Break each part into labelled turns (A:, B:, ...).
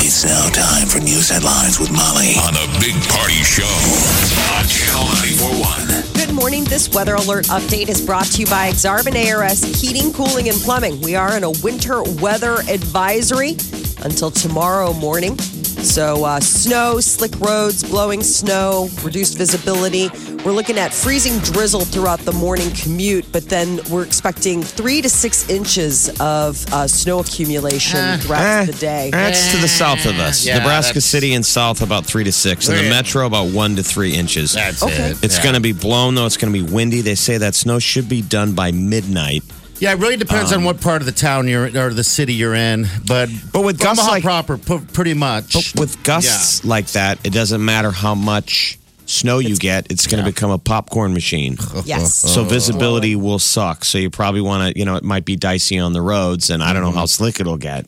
A: It's now time for news headlines with Molly on the Big Party Show on Channel 941.
B: Good morning. This weather alert update is brought to you by Exarban ARS Heating, Cooling, and Plumbing. We are in a winter weather advisory until tomorrow morning. So, uh, snow, slick roads, blowing snow, reduced visibility. We're looking at freezing drizzle throughout the morning commute, but then we're expecting three to six inches of uh, snow accumulation throughout the day.
C: That's to the south of us.
D: Yeah,
C: Nebraska
D: that's-
C: City and south about three to six, and the
D: Yeah.
C: metro about one to three inches.
D: That's
B: Okay.
D: it.
C: It's
D: yeah.
C: going to be blown though. It's going to be windy. They say that snow should be done by midnight.
D: Yeah, it really depends on what part of the town you're or the city you're in, but
C: But with gusts
D: Omaha
C: like-
D: proper, p- pretty much.
C: But with gusts like that, it doesn't matter how much snow you get. It's going to become a popcorn machine.
B: Yes.
D: Oh.
C: So visibility will suck. So you probably want to, you know, it might be dicey on the roads, and I don't know
D: Mm-hmm.
C: how slick it'll get.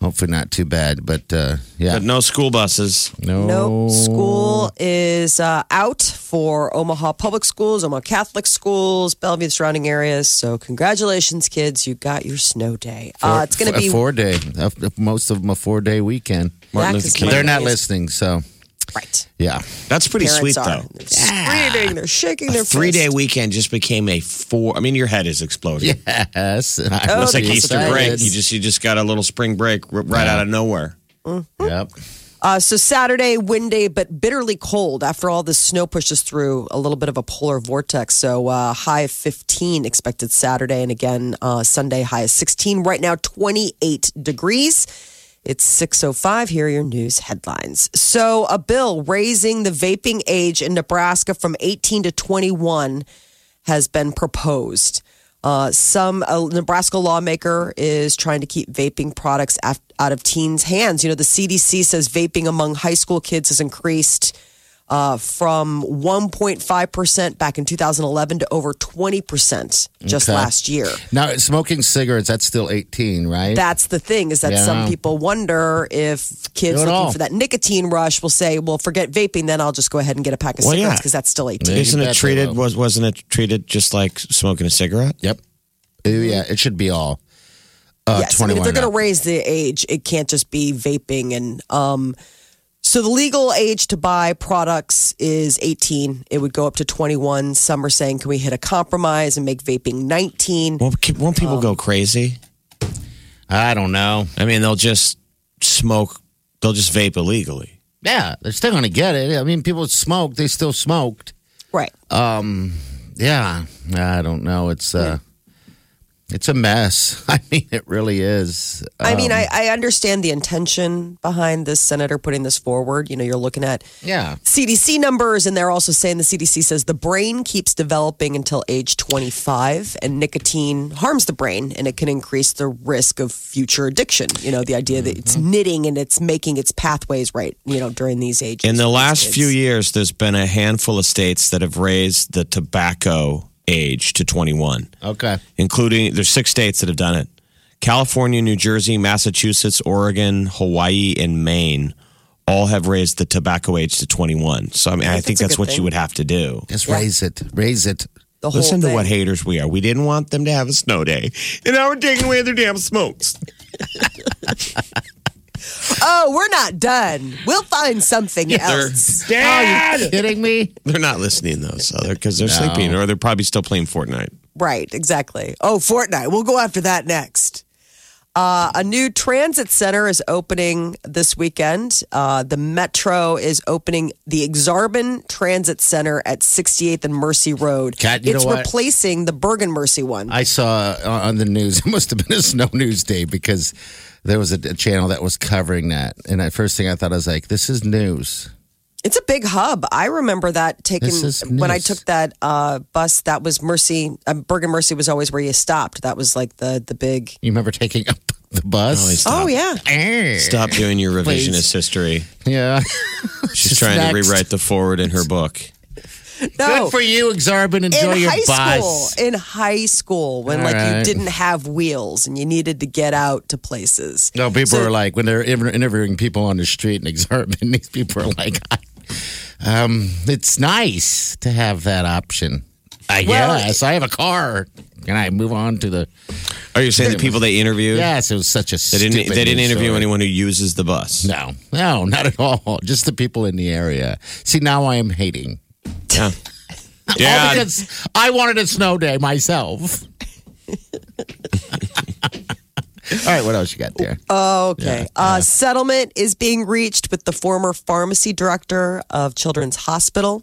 D: Hopefully not too bad, but uh, yeah,
C: But no school buses.
D: no,
C: Oh.
B: Nope. School is uh, out for Omaha public schools, Omaha Catholic schools, Bellevue, and surrounding areas. So, congratulations, kids. You got your snow day. uh, it's going to
D: a
B: be.
D: four day. uh, most of them a four day weekend.
C: Martin
B: Back
C: Luther
B: to
C: King.
B: Monday
D: They're not
B: is-
D: listening, so
B: Right.
D: yeah.
C: That's pretty
B: Parents
C: sweet
B: are.
C: though.
B: They're screaming. They're shaking their
C: Three day
B: fist.
C: weekend just became a four. I mean, your head is exploding.
D: Yes, I
B: Oh,
C: It's
D: was
C: like
B: Yes,
C: Easter
B: it
D: excited.
C: break. You just you just got a little spring break r- right out of nowhere.
D: yep.
B: Uh, so Saturday, windy but bitterly cold. After all the snow pushes through, a little bit of a polar vortex. So uh, high of 15 expected Saturday, and again uh, Sunday high of 16. Right now, 28 degrees. It's 6:05. Here are your news headlines. So a bill raising the vaping age in Nebraska from 18 to 21 has been proposed. Uh, some a Nebraska lawmaker is trying to keep vaping products af- out of teens' hands. You know, the CDC says vaping among high school kids has increased uh, from 1.5% back in 2011 to over 20% just
D: Okay.
B: last year.
D: Now smoking cigarettes. That's still eighteen, right?
B: That's the thing is that
D: Yeah.
B: some people wonder if kids
D: Do
B: looking
D: it all.
B: for that nicotine rush will say, well, forget vaping, then I'll just go ahead and get a pack of
C: Well,
B: cigarettes
C: yeah.
B: because that's still 18.
D: Yeah, you
C: Isn't it
D: bet they
C: treated?
D: will.
C: Was wasn't it treated just like smoking a cigarette?
D: yep. Uh, Yeah, it should be all. Uh,
B: yes, I mean, if
D: 21
B: they're going
D: up.
B: to raise the age, it can't just be vaping. And um, so the legal age to buy products is 18. It would go up to 21. Some are saying, can we hit a compromise and make vaping 19?
C: Won't, ki- won't people go crazy?
D: I don't know.
C: Um, I mean, they'll just smoke. They'll just vape illegally.
D: Yeah, they're still going to get it. I mean, people smoked. They still smoked. Um,
B: Right.
D: Yeah, I don't know. It's uh, it's a mess. I mean, it really is. Uh,
B: I mean, I, I understand the intention behind this senator putting this forward. You know, you're looking at
D: Yeah,
B: CDC numbers, and they're also saying the CDC says the brain keeps developing until age 25, and nicotine harms the brain, and it can increase the risk of future addiction. You know, the idea that
C: Mm-hmm.
B: it's knitting and it's making its pathways right, you know, during these ages.
C: In the
B: for these
C: last
B: kids.
C: few years, there's been a handful of states that have raised the tobacco age to 21.
D: okay.
C: including there's six states that have done it California, New Jersey, Massachusetts, Oregon, Hawaii, and Maine all have raised the tobacco age to 21. So, I mean, I think
B: that's a
C: that's
B: good
C: what
B: thing.
C: you would have to do.
D: Just raise it, raise it.
B: the whole
C: Listen to
B: thing.
C: what haters we are. We didn't want them to have a snow day, and now we're taking away their damn smokes.
B: Oh, we're not done. We'll find something else.
C: Dad!
D: Kidding me?
C: They're not listening, though, so they're because they're sleeping, or they're probably still playing Fortnite.
B: Right, exactly. Oh, Fortnite. We'll go after that next. Uh, a new transit center is opening this weekend. Uh, the Metro is opening the Exarban Transit Center at 68th and Mercy Road.
D: Kat, you
B: it's
D: know what?
B: replacing the Bergen Mercy one.
D: I saw uh, on on the news. It must have been a snow news day because there was a, a channel that was covering that. And at first thing I thought I was like, this is news.
B: It's a big hub. I remember that taking
D: This is
B: when I
D: nice.
B: took that uh, bus. That was Mercy. Uh, Bergen Mercy was always where you stopped. That was like the the big
D: You remember taking up the bus.
B: Oh, yeah.
D: Eh.
C: Stop doing your
D: Please.
C: revisionist history.
D: Yeah.
C: She's trying to
D: Next.
C: rewrite the forward in her book.
B: No.
D: Good for you, Exarban.
B: Oh. in
D: Enjoy your
B: high
D: bus.
B: school, in high school, when
D: All
B: like you
D: right.
B: didn't have wheels and you needed to get out to places.
D: No, people
B: So-
D: are like when they're inter- interviewing people on the street in Exarban, these people are like, I, um, "It's nice to have that option." I
B: Well-
D: guess I have a car. Can I move on to the?
C: Are you saying the people they interviewed?
D: Yes, it was such a.
C: They didn't,
D: stupid
C: they didn't
D: news
C: interview
D: story.
C: anyone who uses the bus.
D: No, no, not at all. Just the people in the area. See, now I am hating.
C: Yeah.
D: All
C: Yeah.
D: because I wanted a snow day myself. all right, what else you got there?
B: Okay. Uh, settlement is being reached with the former pharmacy director of Children's Hospital.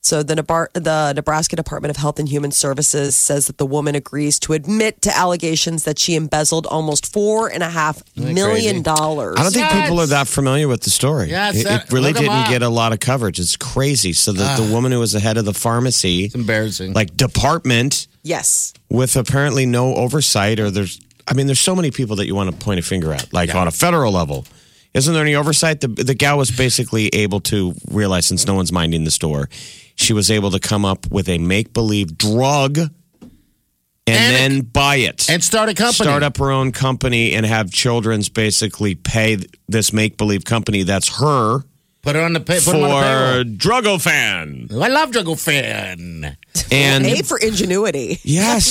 B: So the, Nebar- the Nebraska Department of Health and Human Services says that the woman agrees to admit to allegations that she embezzled almost four and a half million dollars.
C: I don't think
D: Yes.
C: people are that familiar with the story.
D: Yes,
C: it,
D: that-
C: it really
D: look 'em
C: didn't
D: up. Ah.
C: get a lot of coverage. It's crazy. So the, the woman who was the head of the pharmacy,
D: Embarrassing.
C: like department,
B: yes.
C: with apparently no oversight, or there's, I mean, there's so many people that you want to point a finger at, like on a federal level. Isn't there any oversight? The, the gal was basically able to realize, since no one's minding the store, she was able to come up with a make believe drug and,
D: And-
C: then buy it
D: and start a company.
C: start up her own company and have children's basically pay th- this make believe company that's her
D: Put it on the pay- put it on the
C: for Drugofan.
D: payroll. I love Juggle Fan.
C: And
B: Hey for ingenuity.
C: yes,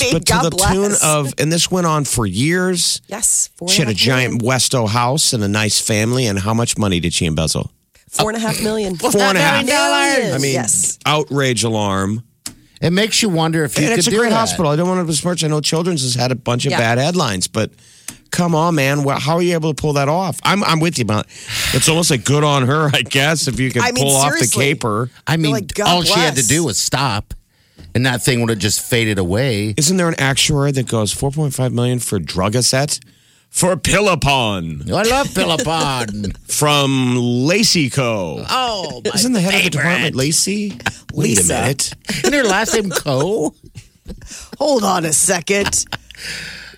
B: I mean,
C: but to
B: God
C: the
B: bless.
C: tune of, and this went on for years.
B: Yes. four
C: She
B: and
C: had a
B: half million.
C: giant Westo house and a nice family. And how much money did she embezzel?
B: Four and a half million.
C: Four and a half.
B: Million.
C: I mean,
B: Uh, yes.
C: outrage alarm.
D: It makes you wonder if you
C: And
D: could
C: it's a
D: do
C: great
D: that.
C: hospital. I don't want to besmirch. I know Children's has had a bunch of
B: Yeah.
C: bad headlines, but come on, man. Wha- How are you able to pull that off? I'm, I'm with you, but it's almost like good on her, I guess, if you can
B: I mean,
C: pull off the
B: seriously.
C: caper.
D: I mean,
B: Like, God
D: all she had
B: bless.
D: to do was stop, and that thing would have just faded away.
C: Isn't there an actuary that goes 4.5 million for Drugacet? For Pilipon
D: Oh, I love Philippon.
C: from Lacey Co.
D: oh, my
C: Isn't the head of the
D: favorite.
C: department Lacey? Wait a
B: Lisa.
C: minute.
D: Isn't her last name Co?
B: Hold on a second.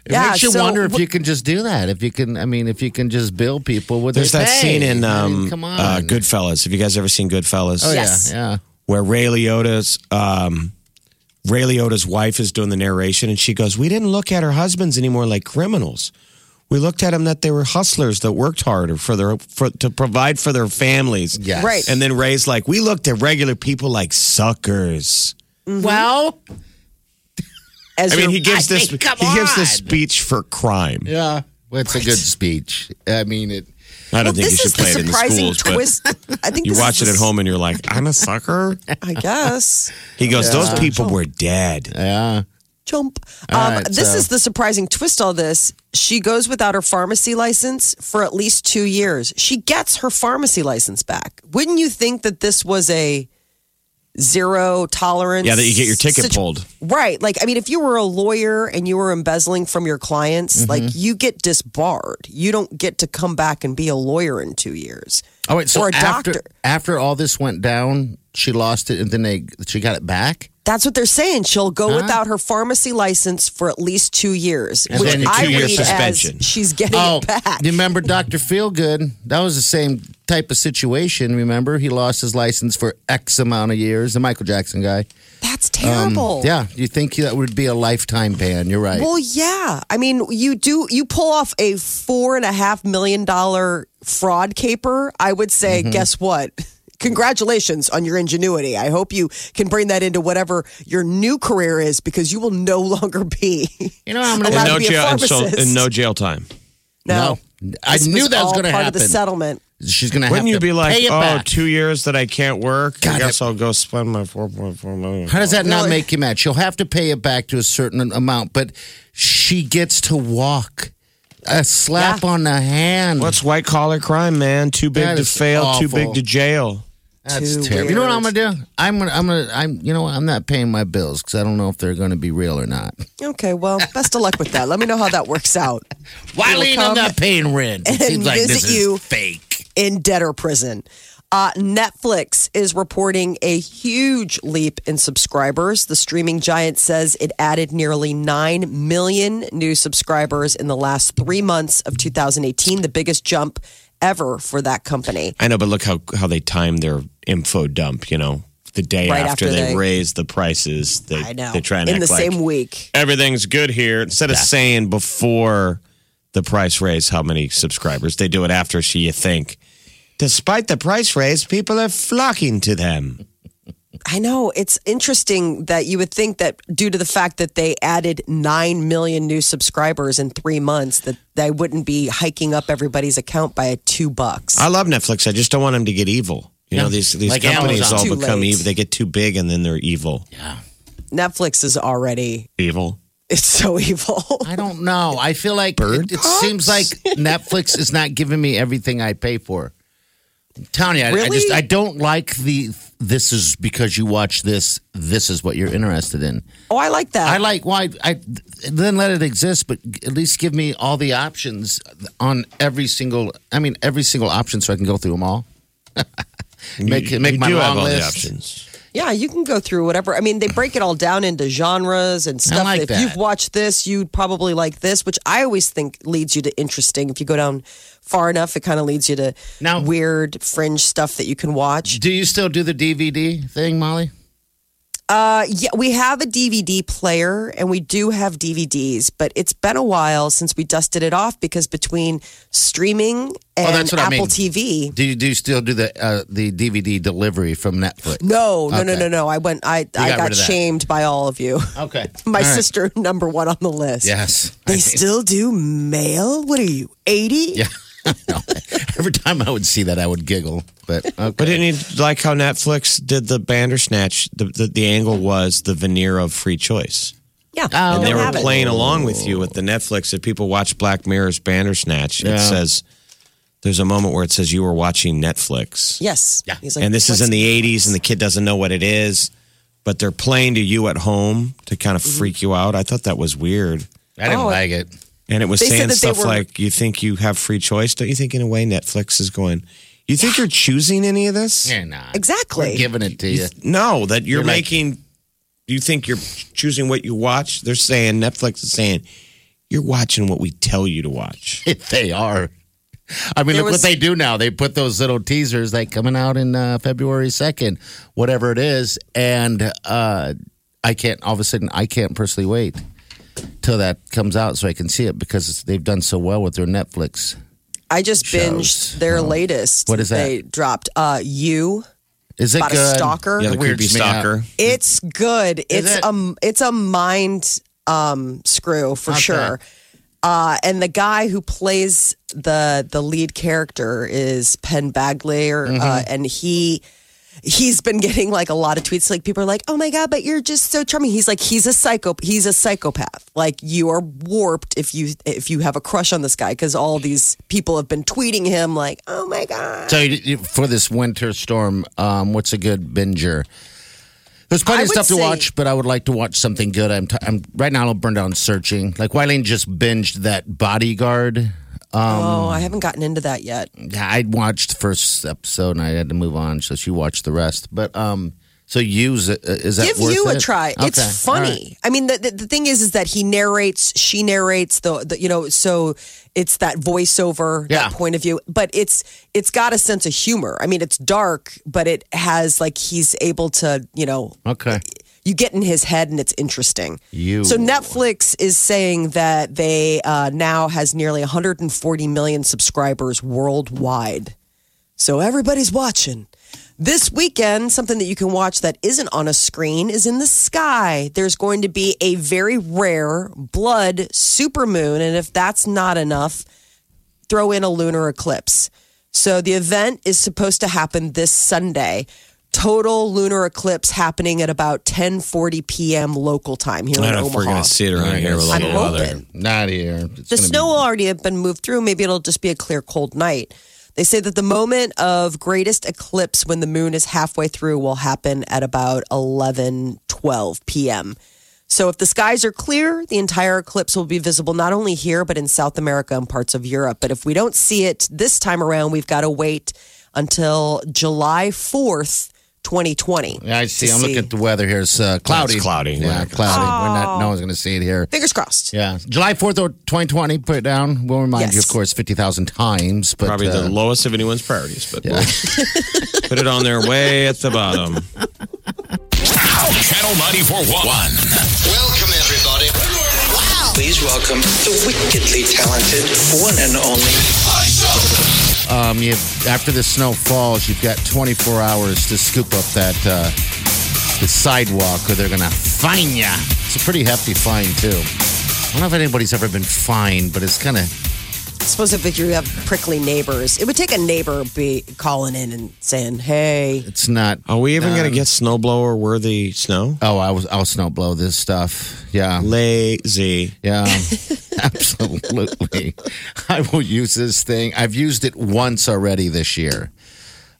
D: It makes you wonder if you can just do that. If you can, I mean, if you can just bill people with
C: There's
D: their
C: that
D: pay.
C: scene in
D: I
C: um,
D: mean, come on,
C: Uh, Goodfellas. Have you guys ever seen Goodfellas?
D: Oh,
B: Yes.
D: Yeah, yeah.
C: where Ray Liotta's um, Ray Liotta's wife is doing the narration, and she goes, "We didn't look at her husbands anymore like criminals. We looked at them that they were hustlers that worked harder for their for, to provide for their families."
D: Yes.
B: Right.
C: And then Ray's like, "We looked at regular people like suckers."
D: Mm-hmm. Well,
B: As
C: I mean,
B: you're-
C: he gives
D: I
C: this
D: mean, come
C: he gives this
D: on.
C: speech for crime.
D: yeah. Well, it's a good speech. I mean, it.
C: I
B: Well,
C: don't think you
B: this
C: should
B: is the
C: play it in the
B: surprising
C: schools,
B: twist. I think
C: but you
B: this is
C: watch it
B: the-
C: at home and you're like, "I'm a sucker."
B: I guess.
C: He goes, "Those people were dead."
D: Yeah.
B: Jump. Um,
D: All right,
B: this
D: so-
B: is the surprising twist. All this. She goes without her pharmacy license for at least two years. She gets her pharmacy license back. Wouldn't you think that this was a zero tolerance?
C: Yeah, that you get your ticket
B: situ-
C: pulled.
B: Right. Like, I mean, if you were a lawyer and you were embezzling from your clients, like,
C: Mm-hmm.
B: you get disbarred. You don't get to come back and be a lawyer in two years.
D: All right. Oh, So
B: Or a
D: after
B: doctor.
D: after all this went down, she lost it, and then they she got it back.
B: That's what they're saying. She'll go without her pharmacy license for at least two years.
D: And
B: which
D: then a
B: I
D: two-year
B: read as
C: suspension.
B: she's getting
D: Oh,
B: it back.
D: you remember Doctor Feelgood? That was the same type of situation. Remember, he lost his license for X amount of years. The Michael Jackson guy.
B: That's terrible.
D: um, Yeah, you think that would be a lifetime ban? You're right.
B: Well, yeah. I mean, you do you pull off a four and a half million dollar fraud caper. I would say,
D: Mm-hmm.
B: guess what? Congratulations on your ingenuity. I hope you can bring that into whatever your new career is because you will no longer be.
D: you know, I'm gonna
B: Allowed to
C: And no
B: be a
C: jail and, so,
B: pharmacist.
C: and no jail time.
B: No,
D: I
B: This
D: knew that
B: all
D: was going to
B: part of the
D: happen.
B: settlement.
D: She's going to have
C: Wouldn't
D: to
C: you be like,
D: pay it
C: oh,
D: back.
C: two years that I can't work? I
D: Got
C: guess
D: it.
C: I'll go spend my four point four million.
D: How does that
B: No,
D: not
B: it-
D: make you mad? She'll have to pay it back to a certain amount, but she gets to walk. A slap
B: Yeah.
D: on the hand.
C: What's white collar crime, man? Too big
D: That
C: to
D: is
C: fail, too
D: awful.
C: big to jail.
D: That's
B: Too
D: terrible. You know what I'm
B: weird.
D: gonna do? I'm gonna, I'm gonna, I'm. You know what? I'm not paying my bills because I don't know if they're gonna be real or not.
B: Okay, well, best of luck with that. Let me know how that works out.
D: Why
B: will
D: Lean? I'm
B: come
D: not paying rent.
B: and
D: It seems like this
B: visit you.
D: is fake.
B: in debtor prison. Uh, Netflix is reporting a huge leap in subscribers. The streaming giant says it added nearly 9 million new subscribers in the last three months of 2018, the biggest jump ever for that company.
C: I know, but look how how they time their info dump. You know, the day
B: Right
C: after,
B: after
C: they,
B: they-
C: raise the prices, they
B: I know.
C: they try and
B: in the
C: act like,
B: same week.
C: everything's good here. Instead of saying before the price raise how many subscribers, they do it after. So you think, despite the price raise, people are flocking to them.
B: I know it's interesting that you would think that due to the fact that they added 9 million new subscribers in 3 months that they wouldn't be hiking up everybody's account by 2 bucks.
C: I love Netflix. I just don't want them to get evil. You know, these these
D: Like
C: companies
D: Amazon.
C: all
B: Too
C: become
B: late.
C: evil. They get too big and then they're evil.
B: Netflix is already
C: Evil.
B: it's so evil.
D: I don't know. I feel like it, it seems like Netflix is not giving me everything I pay for. Tony, I, I
B: Really?
D: just I don't like the this is because you watch this. This is what you're interested in.
B: Oh, I like that.
D: I like why I then let it exist, but at least give me all the options on every single. I mean, every single option, so I can go through them all. make
C: You-
D: make
C: you
D: my
C: do
D: long
C: have all the
D: list.
C: options.
B: Yeah, you can go through whatever. I mean, they break it all down into genres and stuff.
D: like
B: if
D: that.
B: you've watched this, you'd probably like this, which I always think leads you to interesting. If you go down far enough, it kind of leads you to
D: Now-
B: weird fringe stuff that you can watch.
D: Do you still do the DVD thing, Molly?
B: Uh, yeah, we have a DVD player and we do have DVDs, but it's been a while since we dusted it off because between streaming and
D: Oh, that's what I
B: Apple
D: mean.
B: TV.
D: Do you do you still do the uh, the DVD delivery from Netflix?
B: No, no, no,
D: Okay.
B: no, no. I went. I I
D: got
B: got
D: rid of that.
B: shamed by all of you.
D: Okay.
B: My
D: All right.
B: sister, number one on the list.
D: Yes.
B: They still do mail? What are you, 80?
D: Yeah. No. Every time I would see that, I would giggle. But okay.
C: But didn't you like how Netflix did the Bandersnatch? The, the, the angle was the veneer of free choice.
B: Yeah.
D: Oh.
C: And
B: Don't
C: they were
B: have it.
C: playing along with you with the Netflix. If people watch Black Mirror's Bandersnatch, it
D: Yeah.
C: says there's a moment where it says you were watching Netflix.
B: Yes.
D: Yeah.
B: He's like,
C: And this is
B: "What's-"
C: in the 80s, and the kid doesn't know what it is, but they're playing to you at home to
B: Mm-hmm.
C: kind of freak you out. I thought that was weird.
D: I didn't
B: Oh.
D: like it.
C: And it was
B: They said
C: saying
B: that they
C: stuff
B: were-
C: like, you think you have free choice? Don't you think, in a way, Netflix is going, you think you're choosing any of this?
D: You're not.
B: Exactly.
D: We're giving it to you.
C: No, that you're,
D: You're like-
C: making. you think you're choosing what you watch? They're saying Netflix is saying you're watching what we tell you to watch.
D: they are. I mean,
B: There
D: look
B: was-
D: what they do now. They put those little teasers like coming out in uh, February 2nd, whatever it is. And uh, I can't, all of a sudden, I can't personally wait till that comes out so I can see it because they've done so well with their Netflix.
B: I just binged
D: Shows.
B: their latest.
D: Oh. What is that?
B: They dropped uh, You,
D: Is it
B: about
D: good?
B: a stalker.
C: Yeah, the
D: Weirds
C: creepy
D: me out.
C: stalker.
B: It's good. it's
D: it?
B: a it's a mind um, screw for sure. Uh, and the guy who plays the the lead character is Penn Bagley, or, uh, and he he's been getting like a lot of tweets. Like people are like, "Oh my god, but you're just so charming." He's like, he's a psycho. He's a psychopath. Like you are warped if you if you have a crush on this guy because all these people have been tweeting him like, "Oh my god."
D: So you- you- for this winter storm, um, what's a good binger? There's plenty
B: I
D: of
B: would
D: stuff to
B: say-
D: watch, but I would like to watch something good. I'm, t- I'm right now. I'm burned down searching. Like Wileen just binged that Bodyguard. Um,
B: oh, I haven't gotten into that yet.
D: I watched the first episode and I had to move on, so she watched the rest. But um, so use it- uh, is that
B: give
D: worth
B: you a
D: it?
B: try.
D: Okay.
B: It's
D: All
B: funny.
D: right.
B: I mean, the, the the thing is, is that he narrates, she narrates the, the you know, so it's that voiceover,
D: Yeah.
B: that point of view. But it's it's got a sense of humor. I mean, it's dark, but it has like he's able to, you know,
D: Okay.
B: you get in his head and it's interesting.
D: You.
B: So Netflix is saying that they uh, now has nearly 140 million subscribers worldwide. So everybody's watching. This weekend, something that you can watch that isn't on a screen is in the sky. There's going to be a very rare blood supermoon. And if that's not enough, throw in a lunar eclipse. So the event is supposed to happen this Sunday. Total lunar eclipse happening at about 10:40 p.m. local time here
C: I
B: in
C: don't know if we're
B: Omaha.
C: gonna see it around
D: I
C: here.
D: guess.
C: With
B: I'm
C: a little weather.
B: hoping.
D: Not here. It's
B: The
D: gonna
B: snow will already have been moved through. Maybe it'll just be a clear, cold night. They say that the moment of greatest eclipse when the moon is halfway through will happen at about 11, 12 p.m. So if the skies are clear, the entire eclipse will be visible not only here, but in South America and parts of Europe. But if we don't see it this time around, we've got to wait until July 4th, 2020.
D: Yeah, I see.
B: to
D: I'm looking at the weather here. It's uh, cloudy.
C: It's cloudy,
D: Yeah,
C: yeah.
D: cloudy. We're not.
B: Oh.
D: No one's going to see it here.
B: Fingers crossed.
D: Yeah, July fourth, twenty twenty. Put it down. We'll remind you, of
B: Yes.
D: course, fifty thousand times. But
C: Probably
D: uh,
C: the lowest of anyone's priorities, but we'll put it on there way at the bottom.
A: Channel 941.
E: Welcome, everybody. Wow. Please welcome the wickedly talented one and only.
D: um, you after the snow falls, you've got twenty four hours to scoop up that uh, the sidewalk, or they're going to fine you. It's a pretty hefty fine too. I don't know if anybody's ever been fined, but it's kind of
B: I suppose if you have prickly neighbors, it would take a neighbor be calling in and saying, hey,
D: it's not.
C: Are we even
D: Um,
C: going to get snowblower worthy snow?
D: Oh, I was I'll snow blow this stuff. Yeah.
C: Lazy.
D: Yeah, absolutely. I will use this thing. I've used it once already this year.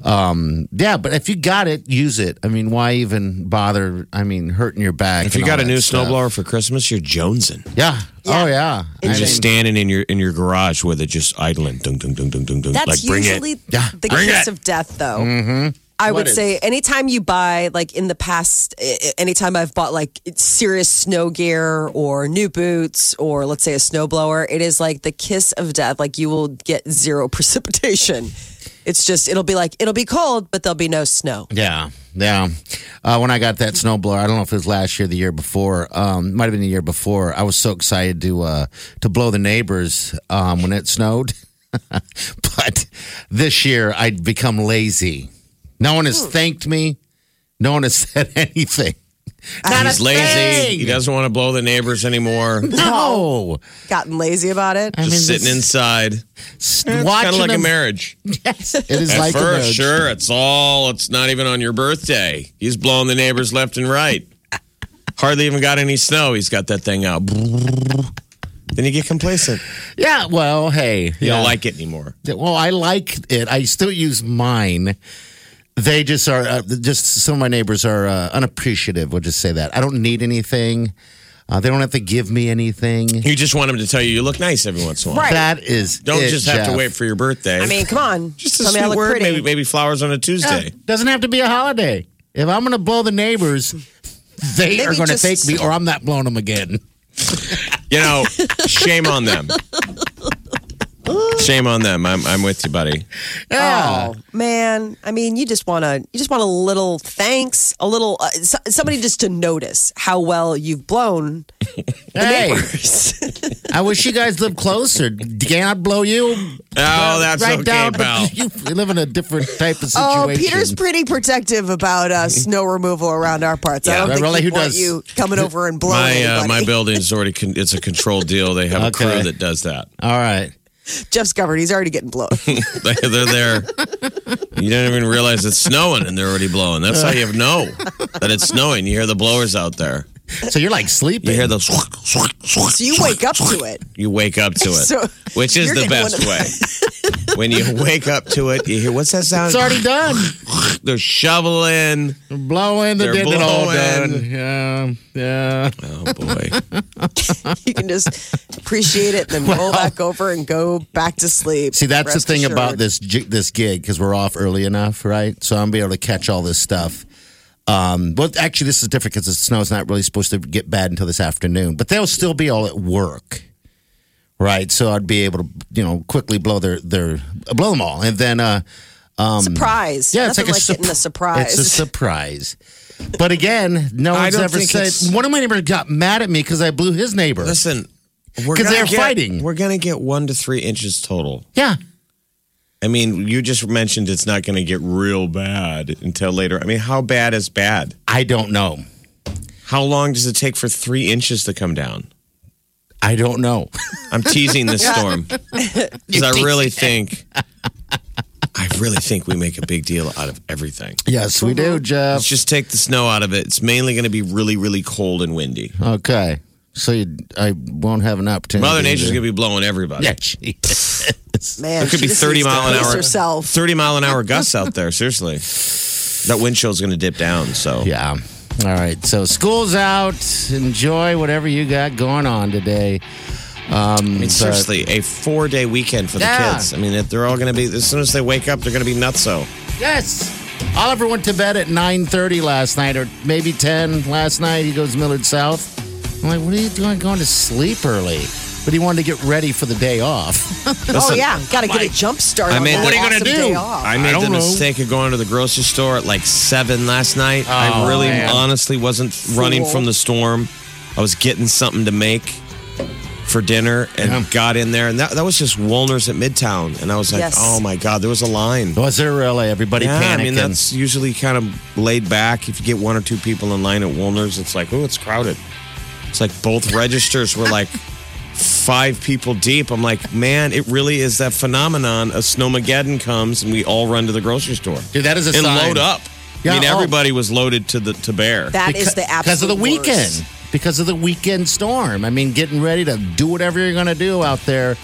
D: Um, yeah, but if you got it, use it. I mean, why even bother? I mean, hurting your back.
C: If you
D: and
C: got
D: all
C: a new
D: that stuff.
C: snowblower for Christmas, you're jonesing.
D: yeah. Oh yeah.
C: You're
D: I
C: just
D: mean,
C: standing in your in your garage with it, just idling. Dung, dung, dung, dung, dung, dung.
B: That's
C: like, bring
B: usually
C: it.
D: Yeah,
B: the
C: bring
B: kiss
C: it. Mm-hmm.
B: of death, though. I would
D: What is-
B: say anytime you buy, like in the past, i- i- anytime I've bought like serious snow gear or new boots or let's say a snowblower, it is like the kiss of death. Like you will get zero precipitation. It's just, it'll be like, it'll be cold, but there'll be no snow.
D: yeah. Yeah. Uh, when I got that snowblower, I don't know if it was last year, or the year before, um, might have been the year before. I was so excited to uh, to blow the neighbors um, when it snowed. but this year I'd become lazy. No one has thanked me. No one has said anything. Not
C: He's
D: a
C: lazy.
D: thing.
C: He doesn't want to blow the neighbors anymore.
D: No.
B: Gotten lazy about it.
D: I
C: just sitting
D: this-
C: inside.
D: s-
C: Kind of
D: watching
C: like a
D: them-
C: marriage.
D: It is
C: At
D: like a
C: first,
D: marriage.
C: sure, it's all. It's not even on your birthday. He's blowing the neighbors left and right. Hardly even got any snow. He's got that thing out. then you get complacent.
D: Yeah. Well, hey.
C: You
D: yeah.
C: don't like it anymore.
D: Well, I like it. I still use mine. They just are uh, just some of my neighbors are uh, unappreciative. We'll just say that. I don't need anything. Uh, they don't have to give me anything.
C: You just want him to tell you you look nice every once in a while.
D: That is
C: Don't
D: it,
C: just have to
D: Jeff.
C: wait for your birthday.
B: I mean, come on.
C: just a
B: Tell me I
C: sweet
B: look
C: word.
B: pretty.
C: Maybe maybe flowers on a Tuesday.
D: Yeah, Uh, doesn't have to be a holiday. If I'm going to blow the neighbors, they
B: Maybe
D: are going to
B: just-
D: thank me, or I'm not blowing them again.
C: You know, shame on them. Shame on them. I'm, I'm with you, buddy.
D: Yeah.
B: Oh man! I mean, you just want to you just want a little thanks, a little uh, so, somebody just to notice how well you've blown.
D: hey, I wish you guys lived closer. Can I blow you?
C: Oh, that's
D: right
C: okay,
D: down,
C: pal.
D: You live in a different type of situation. Mm-hmm.
B: Oh, Peter's pretty protective about uh, snow removal around our parts. I
C: Yeah,
B: don't think
D: really,
B: he
D: who
B: want
D: does?
B: you coming over and blowing
C: My uh,
B: anybody.
C: my building is already con- it's a controlled deal. They have
D: Okay.
C: a crew that does that.
D: All right.
B: Jeff's covered. He's already getting blown.
C: They- They're there. You don't even realize it's snowing and they're already blowing. That's how you know that it's snowing. You hear the blowers out there.
D: So you're like
C: You
D: sleeping.
C: hear the swack, swack, swack,
B: So you
C: swack.
B: wake up to it.
C: You wake up to it,
B: So
C: which is
B: you're
C: the
B: getting one
C: best
B: of-
C: way. when you wake up to it, you hear what's that sound?
D: It's already done.
C: They're shoveling.
D: Blowing the
C: They're
D: dead and all
C: blowing.
D: done. Yeah, yeah.
C: Oh boy.
B: You can just appreciate it and then roll back over and go back to sleep.
D: See, that's
B: Rest
D: the thing about
B: assured.
D: this gi- this gig because we're off early enough, right? So I'm be able to catch all this stuff. Um, well, actually, this is different because the snow's not really supposed to get bad until this afternoon, but they'll still be all at work, right? So I'd be able to, you know, quickly blow their their blow them all, and then uh,
B: surprise.
D: yeah,
B: Nothing
D: it's like, a,
B: like getting a
D: surp-
B: surprise.
D: It's a surprise. But again, no
C: I
D: one's
C: don't
D: ever
C: think
D: said.
C: it's-
D: One of my neighbors got mad at me because I blew his neighbor.
C: Listen, we're
D: 'Cause
C: gonna
D: they're
C: get-
D: fighting.
C: We're gonna get one to three inches total.
D: Yeah.
C: I mean, you just mentioned it's not gonna get real bad until later. I mean, how bad is bad?
D: I don't know.
C: How long does it take for three inches to come down?
D: I don't know.
C: I'm teasing this storm because I really think, I really think we make a big deal out of everything.
D: yes, we do, Jeff.
C: Let's just take the snow out of it. It's mainly going to be really, really cold and windy.
D: Okay. So you, I won't have an opportunity.
C: Mother Nature's
D: to-
C: going to be blowing everybody.
D: Yeah, she
B: Man,
C: There could
B: she
C: be
B: just
C: 30
B: needs to
C: mile an
B: pace
C: hour.
B: Herself.
C: 30 mile an hour gusts out there. Seriously. That wind chill's going to dip down. So
D: Yeah. All right. So school's out. Enjoy whatever you got going on today.
C: I mean, seriously, a four day weekend for the
D: Yeah.
C: kids. I mean, if they're all going to be, as soon as they wake up, they're going to be nutso.
D: Yes. Oliver went to bed at 9.30 last night or maybe 10 last night. He goes Millard South. I'm like, what are you doing going to sleep early? But he wanted to get ready for the day off.
B: oh yeah, got to get a jump start.
C: I
B: on
C: mean,
B: that
C: what are you
D: gonna
B: awesome
D: do?
B: day off.
C: I made
D: I
C: the
D: don't know.
C: mistake of going to the grocery store at like seven last night. I
D: Oh,
C: really
D: man.
C: honestly wasn't running from the storm. I was getting something to make for dinner and
D: Yeah.
C: got in there. And that, that was just Woolner's at Midtown. And I was like,
B: Yes.
C: oh my God, there was a line.
D: Was there really? Everybody
C: Yeah,
D: panicking.
C: I mean, that's usually kind of laid back. If you get one or two people in line at Woolner's, it's like, oh, it's crowded. It's like both registers were like five people deep. I'm like, man, it really is that phenomenon. A snowmageddon comes and we all run to the grocery store
D: Dude, that is a
C: and
D: sign.
C: load up.
D: Yeah,
C: I mean,
D: oh.
C: everybody was loaded to the to bear.
B: That is the absolute
D: Because of the weekend.
B: worst.
D: Because of the weekend storm. I mean, getting ready to do whatever you're going to do out there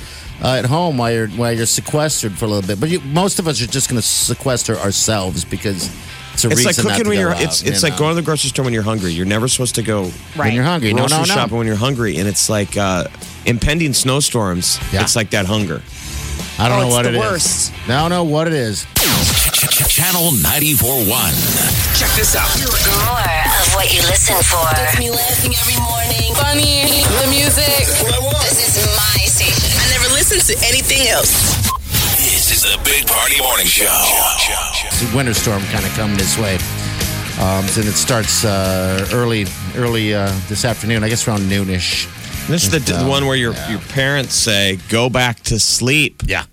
D: uh, at home while you're while you're sequestered for a little bit. But you, most of us are just going to sequester ourselves because it's a
C: it's like
D: reason not
C: cooking
D: to
C: when
D: go
C: you're.
D: out,
C: it's
D: you
C: it's like
D: know?
C: going to the grocery store when you're hungry. You're never supposed to go
D: when you're hungry. No,
C: grocery
D: no, no.
C: shopping when you're hungry, and it's like uh, impending snowstorms.
D: Yeah.
C: It's like that hunger.
D: I don't
B: Oh,
D: know
B: it's
D: what
B: the
D: it is.
B: worst.
D: I don't know what it is.
A: Channel 94.1.
E: Check this out.
F: Do more of what you listen for.
G: Gets me laughing every morning. Funny. The music.
E: What I want.
G: This is my station. I never listen to anything else.
A: This is the Big Party Morning Show.
D: It's a winter storm kind of coming this way. Um, and it starts uh, early, early uh, this afternoon. I guess around noonish.
C: This is the, the
D: So,
C: one where your your parents say go back to sleep,
D: Yeah.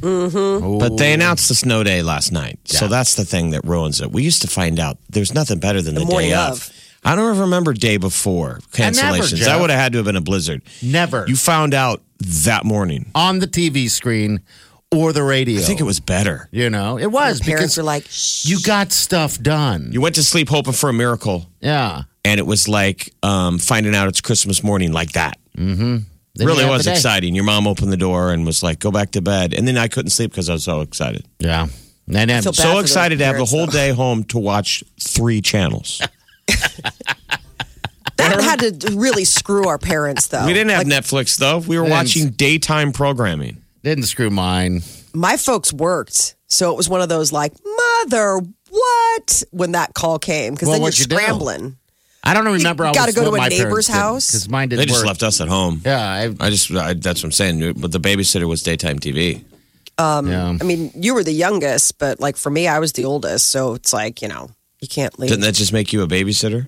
C: but they announced the snow day last night. So that's the thing that ruins it. We used to find out there's nothing better than the,
B: morning
C: day
B: of.
C: of. I don't even remember day before
D: never,
C: cancellations. that
D: Jeff.
C: would have had to have been a blizzard.
D: Never.
C: You found out that morning.
D: on the TV screen or the radio.
C: I think it was better.
D: You know, it was
B: Parents
D: because
B: are like, Shh.
D: you got stuff done.
C: You went to sleep hoping for a miracle,
D: yeah.
C: and it was like um, finding out it's Christmas morning like that.
D: Then
C: really
D: you have
C: was
D: the day.
C: exciting. Your mom opened the door and was like, "Go back to bed," and then I couldn't sleep because I was so excited.
D: Yeah. And then,
B: feel bad.
C: so
B: for the
C: excited to have the
B: parents,
C: whole
B: though.
C: day home to watch three channels.
B: that had to really screw our parents though.
C: We didn't have Netflix though. We were
D: Then-
C: watching daytime programming.
D: didn't screw mine.
B: my folks worked, so it was one of those like, mother, what? When that call came, because
D: Well,
B: then you're
D: what'd you do?
B: scrambling.
D: I don't remember. I
B: gotta
D: was
B: go to
D: what
B: a
D: my
B: neighbor's house.
D: because mine didn't
C: They just
D: work.
C: left us at home.
D: Yeah, I,
C: I just I, that's what I'm saying. But the babysitter was daytime TV.
D: yeah.
B: Um, I mean, you were the youngest, but like for me, I was the oldest, so it's like you know, you can't leave.
C: Didn't that just make you a babysitter?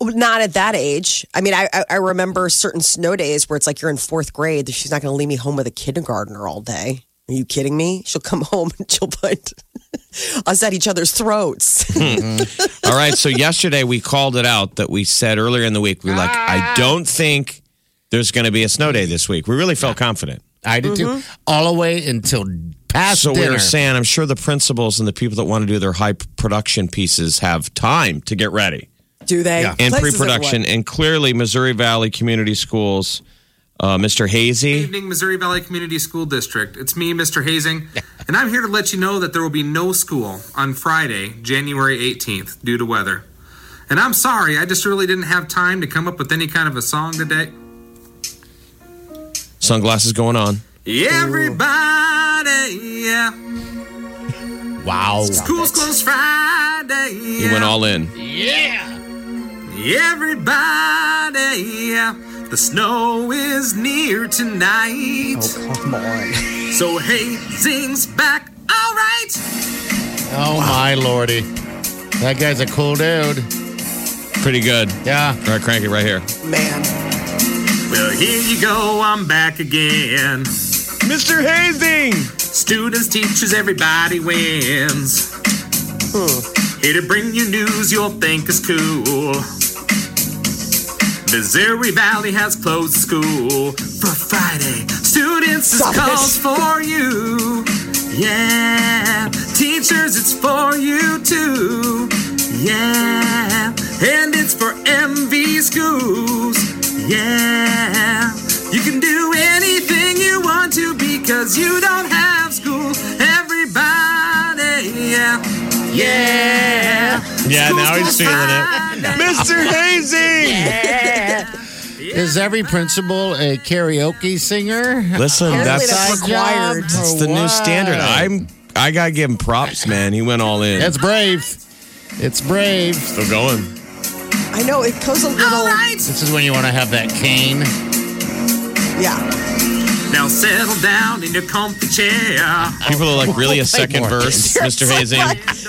B: Well, Not at that age. I mean, I I- I remember certain snow days where it's like you're in fourth grade. She's not going to leave me home with a kindergartner all day. Are you kidding me? She'll come home and she'll put us at each other's throats.
C: All right. So yesterday we called it out that we said earlier in the week we were like I don't think there's going to be a snow day this week. We really felt confident.
D: I did too.
B: Mm-hmm.
D: All the way until past
C: So we
D: dinner.
C: were saying I'm sure the principals and the people that want to do their high production pieces have time to get ready.
B: Do they?
C: and
B: Places
C: pre-production,
B: everyone.
C: and clearly Missouri Valley Community Schools, uh, Mr. Hazy.
H: evening, Missouri Valley Community School District. It's me, Mr. Hazing, and I'm here to let you know that there will be no school on Friday, January 18th, due to weather. And I'm sorry, I just really didn't have time to come up with any kind of a song today.
C: Sunglasses going on.
H: Everybody, yeah.
D: wow.
H: School's closed Friday.
C: He went all in.
H: Everybody, yeah. The snow is near tonight. Oh, come on. So Hazing's back. All right.
D: Oh my lordy. That guy's a cool dude.
C: Pretty good.
D: Yeah.
C: All right, crank it right here.
B: man,
H: Well, here you go, I'm back again.
C: Mr. Hazing!
H: Students, teachers, everybody wins. Here to bring you news you'll think is cool. Missouri Valley has closed school for Friday. Students, this
B: Stop it.
H: calls for you. Yeah. Teachers, it's for you too. Yeah. And it's for MV schools. Yeah. You can do anything you want to because you don't have school. Everybody. Yeah. Yeah.
C: Yeah, now he's feeling it. Mr. Hazing!
D: Is every principal a karaoke singer?
C: Listen,
B: Apparently
C: that's,
B: that's
D: Side job
B: required.
C: that's the
D: or
C: new
D: what?
C: standard. I'm I gotta give him props, man. He went all in.
D: That's brave. It's brave.
C: Still going.
B: I know it goes a little.
H: All right.
D: This is when you want to have that cane.
B: Yeah.
H: Now settle down in your comfy chair.
C: People are like, really a second
D: more.
C: verse, Mr. Hazing?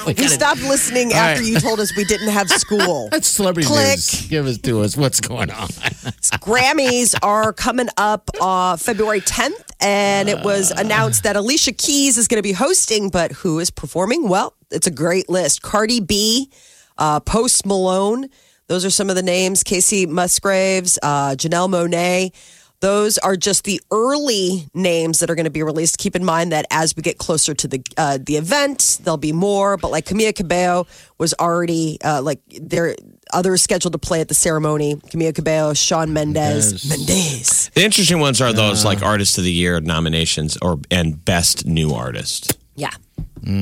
B: We stopped listening
D: All
B: after
D: right.
B: you told us we didn't have school.
D: That's celebrity
B: Click.
D: news. Give us to us. What's going on?
B: Grammys are coming up uh, February 10th, and it was announced that Alicia Keys is going to be hosting, but who is performing? Well, it's a great list. Cardi B, uh, Post Malone, those are some of the names. Casey Musgraves, uh, Janelle Monet. Those are just the early names that are going to be released. Keep in mind that as we get closer to the uh, the event, there'll be more. But like Camila Cabello was already uh, like there others scheduled to play at the ceremony. Camila Cabello, Sean Mendez, Mendez.
C: The interesting ones are those like artist of the year nominations or and best new artist.
B: Yeah.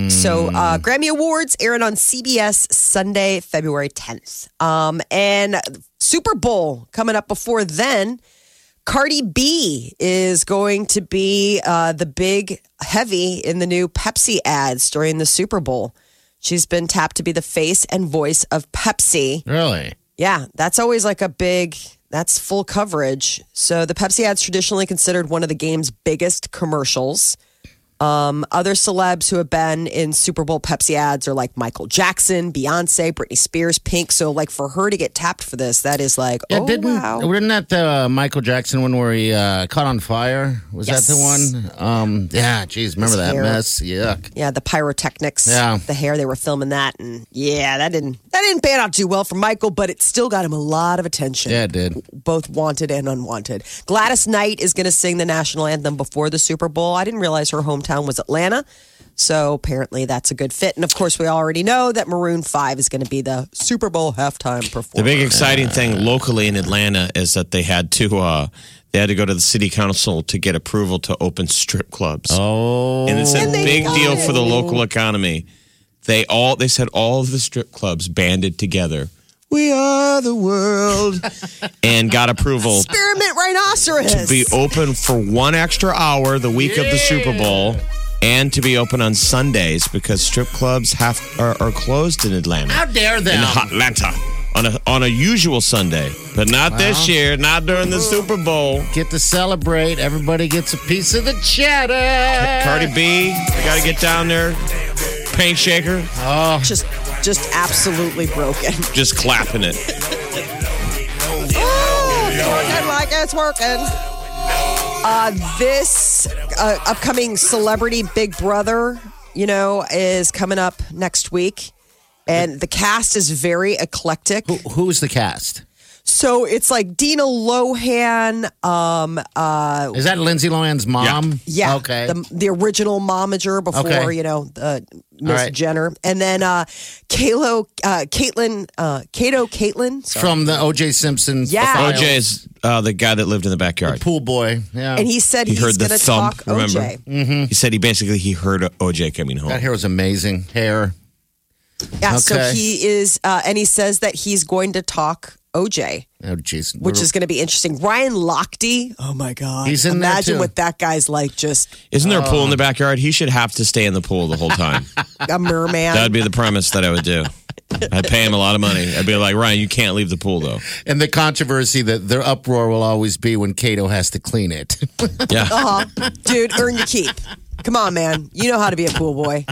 B: So uh, Grammy Awards airing on CBS Sunday, February 10th. Um, and Super Bowl coming up before then. Cardi B is going to be uh, the big heavy in the new Pepsi ads during the Super Bowl. She's been tapped to be the face and voice of Pepsi.
D: Really?
B: Yeah, that's always like a big, that's full coverage. So the Pepsi ad's traditionally considered one of the game's biggest commercials. Um, other celebs who have been in Super Bowl Pepsi ads are like Michael Jackson, Beyonce, Britney Spears, Pink. So like for her to get tapped for this, that is like,
D: Yeah,
B: oh
D: didn't
B: wow.
D: wasn't that the uh, Michael Jackson one where he uh, caught on fire? Was that the one? Um, yeah, geez, remember that
B: hair.
D: mess? Yuck.
B: Yeah, the pyrotechnics,
D: Yeah.
B: the hair they were filming that, and yeah, that didn't that didn't pan out too well for Michael, but it still got him a lot of attention.
D: Yeah, it did.
B: both wanted and unwanted. Gladys Knight is going to sing the national anthem before the Super Bowl. I didn't realize her hometown was Atlanta. So apparently that's a good fit. And of course, we already know that Maroon 5 is going to be the Super Bowl halftime
C: The
B: performer.
C: big exciting thing locally in Atlanta is that they had to uh, they had to go to the city council to get approval to open strip clubs.
D: Oh,
C: and it's a
B: And they
C: big
B: got
C: deal
B: it.
C: for the local economy. They all they said all of the strip clubs banded together. We are the world, and got approval
B: Experiment rhinoceros.
C: be open for one extra hour the week of the Super Bowl, and to be open on Sundays because strip clubs have are, are closed in Atlanta.
D: how dare
C: in
D: them?
C: Atlanta on a on a usual Sunday, but not this year, not during the Super Bowl.
D: Get to celebrate. Everybody gets a piece of the cheddar.
C: Cardi B, we got to get down there. Paint shaker,
B: just, just absolutely broken.
C: just clapping it.
B: Oh, it's working like it's working. Uh, this uh, upcoming celebrity Big Brother, you know, is coming up next week. And the cast is very eclectic.
D: Who's the cast?
B: So it's like Dina Lohan. Um,
D: Is that Lindsay Lohan's mom?
B: yeah.
D: Okay.
B: The, the original momager before,
D: Okay.
B: you know, uh, Miss
D: All right.
B: Jenner. And then uh, Kalo, uh, Caitlin, uh, Kato Caitlin. sorry.
D: From the O.J. Simpson.
B: Yeah.
D: file.
C: OJ's uh, the guy that lived in the backyard.
D: Pool boy. Yeah.
B: And he said
C: He
B: he's
C: heard the
B: going to
C: thump.
B: talk
C: remember,
B: OJ.
C: he said he basically he heard OJ coming home.
D: that hair was amazing. Hair.
B: Yeah, so
D: Okay.
B: he is, uh, and he says that he's going to talk OJ,
D: Oh, jeez.
B: which is going to be interesting. Ryan Lochte, oh my god,
D: He's in there,
B: imagine
D: too.
B: what that guy's like, just
C: Isn't there a pool in the backyard? He should have to stay in the pool the whole time.
B: a merman.
C: That'd be the premise that I would do. I'd pay him a lot of money. I'd be like, Ryan, you can't leave the pool though.
D: And the controversy that their uproar will always be when Cato has to clean it.
C: Yeah,
B: Huh? Uh, dude, earn your keep. Come on, man, you know how to be a pool boy.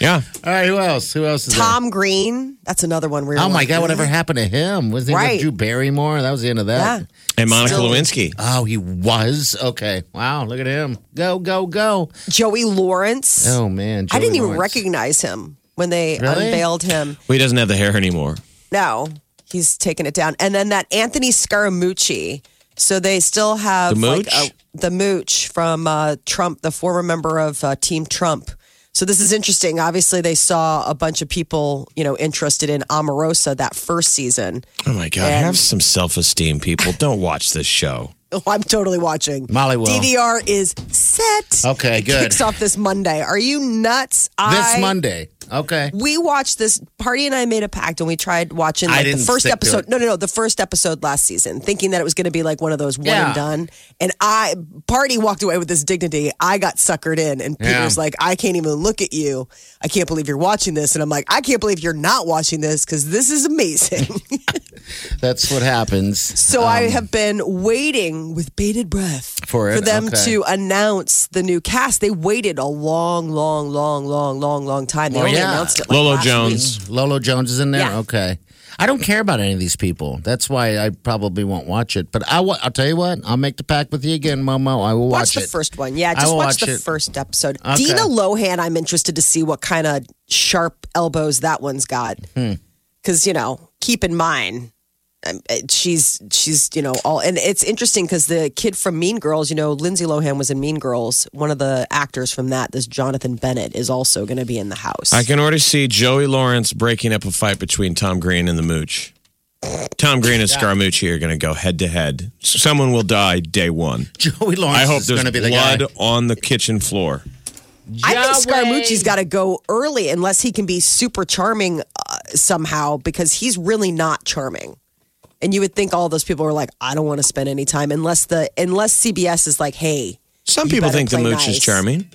C: yeah.
D: All right, who else? Who else is
B: Tom Green, that's another one. Where
D: there?
B: you're
D: Oh my
B: like,
D: God! Whatever happened to him? Was he
B: Right.
D: with Drew Barrymore? That was the end of that.
B: Yeah.
C: And Monica
B: Still-
C: Lewinsky.
D: Oh, he was okay. Wow, look at him go, go, go!
B: Joey Lawrence.
D: Oh man,
B: I didn't
D: Joey
B: even
D: Lawrence.
B: recognize him when they
D: Really?
B: unveiled him.
C: Well, he doesn't have the hair anymore.
B: No, he's taking it down. And then that Anthony Scaramucci. So they still have
C: The
B: like
C: Mooch?
B: a- the mooch from uh, Trump, the former member of uh, Team Trump. So this is interesting. Obviously, they saw a bunch of people, you know, interested in Omarosa that first season.
C: Oh my God!
B: And-
C: have some self-esteem, people. Don't watch this show.
B: Oh, I'm totally watching.
D: Molly will.
B: DVR is set.
D: Okay,
B: It
D: good.
B: Kicks off this Monday. Are you nuts?
D: This
B: I
D: Monday. Okay.
B: We watched this. Party and I made a pact, and we tried watching
D: I
B: like, the
D: didn't
B: first
D: stick to
B: episode.
D: it.
B: No, no, no, the first episode last season, thinking that it was going to be like one of those one
D: Yeah.
B: and done. And I, Party walked away with this dignity. I got suckered in, and
D: Yeah.
B: Peter's like, "I can't even look at you. I can't believe you're watching this." And I'm like, "I can't believe you're not watching this because this is amazing."
D: That's what happens.
B: So I have been waiting with bated breath
D: Um. For it,
B: them
D: okay.
B: to announce the new cast. They waited a long, long, long, long, long, long time. They
D: Well,
B: only
D: yeah.
B: announced it like
C: Lolo
B: last week.
C: Jones.
D: Lolo Jones is in there.
B: Yeah.
D: Okay. I don't care about any of these people. That's why I probably won't watch it. But I, wa- I'll tell you what. I'll make the pact with you again, Momo. I will
B: Watch,
D: watch,
B: the
D: it.
B: first one. Yeah,
D: I
B: just
D: will
B: watch,
D: watch
B: the
D: it.
B: first episode.
D: Okay.
B: Dina Lohan, I'm interested to see what kind of sharp elbows that one's got.
D: Hmm.
B: Because, you know, keep in mind, um, uh, she's, she's you know, all. And it's interesting because the kid from Mean Girls, you know, Lindsay Lohan was in Mean Girls. One of the actors from that, this Jonathan Bennett, is also going to be in the house.
C: I can already see Joey Lawrence breaking up a fight between Tom Green and the Mooch. Tom Green and Scaramucci are going to go head to head. Someone will die day one.
D: Joey Lawrence
C: I hope
D: is
C: there's
D: going to be the
C: blood
D: guy.
C: on the kitchen floor.
B: I think Scaramucci's got to go early unless he can be super charming uh, somehow because he's really not charming. And you would think all those people were like, I don't want to spend any time unless the unless CBS is like, hey,
C: Some
B: You
C: people
B: better
C: think the
B: play
C: Mooch is
B: nice.
C: charming.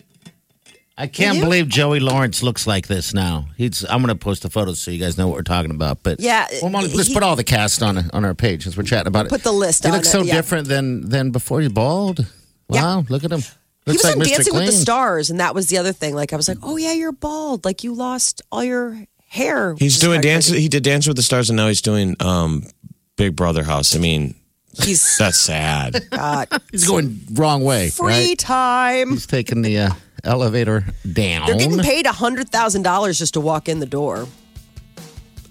D: I can't believe Joey Lawrence looks like this now. He's. I'm going to post the photos so you guys know what we're talking about. But
B: Yeah,
D: well, Molly, let's
B: he-
D: put all the cast on on our page since we're chatting about it.
B: Put the list
D: He
B: on
D: looks
B: it,
D: so
B: yeah.
D: different than than before. He's bald. Wow, look at him.
B: he was
D: Looks like
B: on
D: Mr.
B: Dancing with the
D: Clean.
B: Stars, and that was the other thing. Like I was like, oh yeah, you're bald, like you lost all your hair.
C: He's
B: Just
C: doing
B: like-
C: dance. He did Dance with the Stars, and now he's doing um, Big Brother House. I mean,
B: He's
C: that's sad.
D: He's going wrong way.
B: free
D: right?
B: time.
D: He's taking the uh, elevator down.
B: They're getting paid hundred thousand dollars just to walk in the door.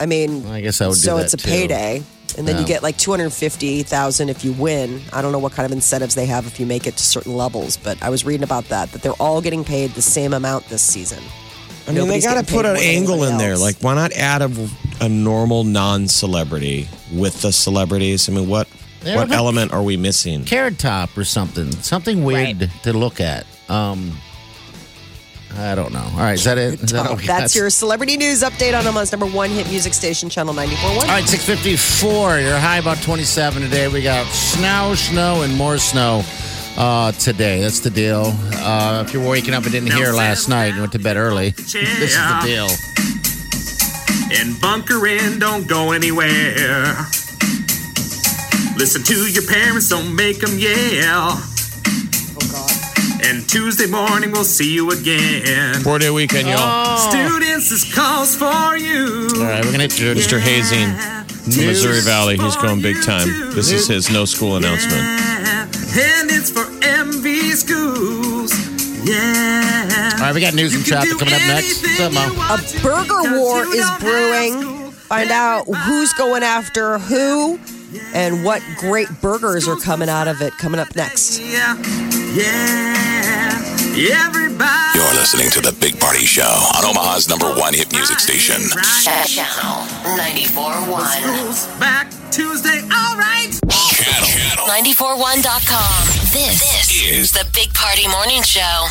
B: I mean,
D: I guess I would.
B: so
D: do that
B: it's a
D: too.
B: payday and then you
D: Yeah.
B: get like 250000 if you win i don't know what kind of incentives they have if you make it to certain levels but i was reading about that that they're all getting paid the same amount this season
C: I mean,
B: Nobody's
C: they got to
B: getting
C: put
B: paid
C: an
B: more than
C: angle in
B: anybody
C: there.
B: else.
C: Like, why not add a, a normal non-celebrity with the celebrities? I mean, what
D: Yeah,
C: what
D: but-
C: element are we missing?
D: Carrot Top or something. Something weird to look at. Um, I don't know. All right, is that it? Is that all we
B: Oh, that's
D: got?
B: your celebrity news update on omaha's number one hit music station channel 941
D: All right, 654. Your high about 27 today. We got snow, snow, and more snow uh, today. That's the deal. Uh, if you were waking up and didn't hear last night and went to bed early, this is the deal.
H: and bunker in, don't go anywhere. Listen to your parents, don't make them yell.
B: Oh,
H: And Tuesday morning, we'll see you again.
C: Four day weekend, y'all.
B: Oh.
H: Oh. Students, this calls for you.
D: All right, we're going to hit your
C: Mr. Hazing, from
D: News.
C: Missouri Valley, he's going big time. This is his no school announcement.
H: And it's for MV schools. Yeah.
D: All right, we got news and traffic coming up next. What's up, Mo?
B: a burger war is brewing find out who's going after who and what great burgers are coming out of it coming up next
H: Yeah. Yeah. Everybody.
A: You're listening to The Big Party Show on Omaha's number one hit music station.
H: Right.
F: Channel 94.1.
H: Schools Back Tuesday. All right.
A: Channel,
F: 94.1.com. This, this is the Big Party Morning Show.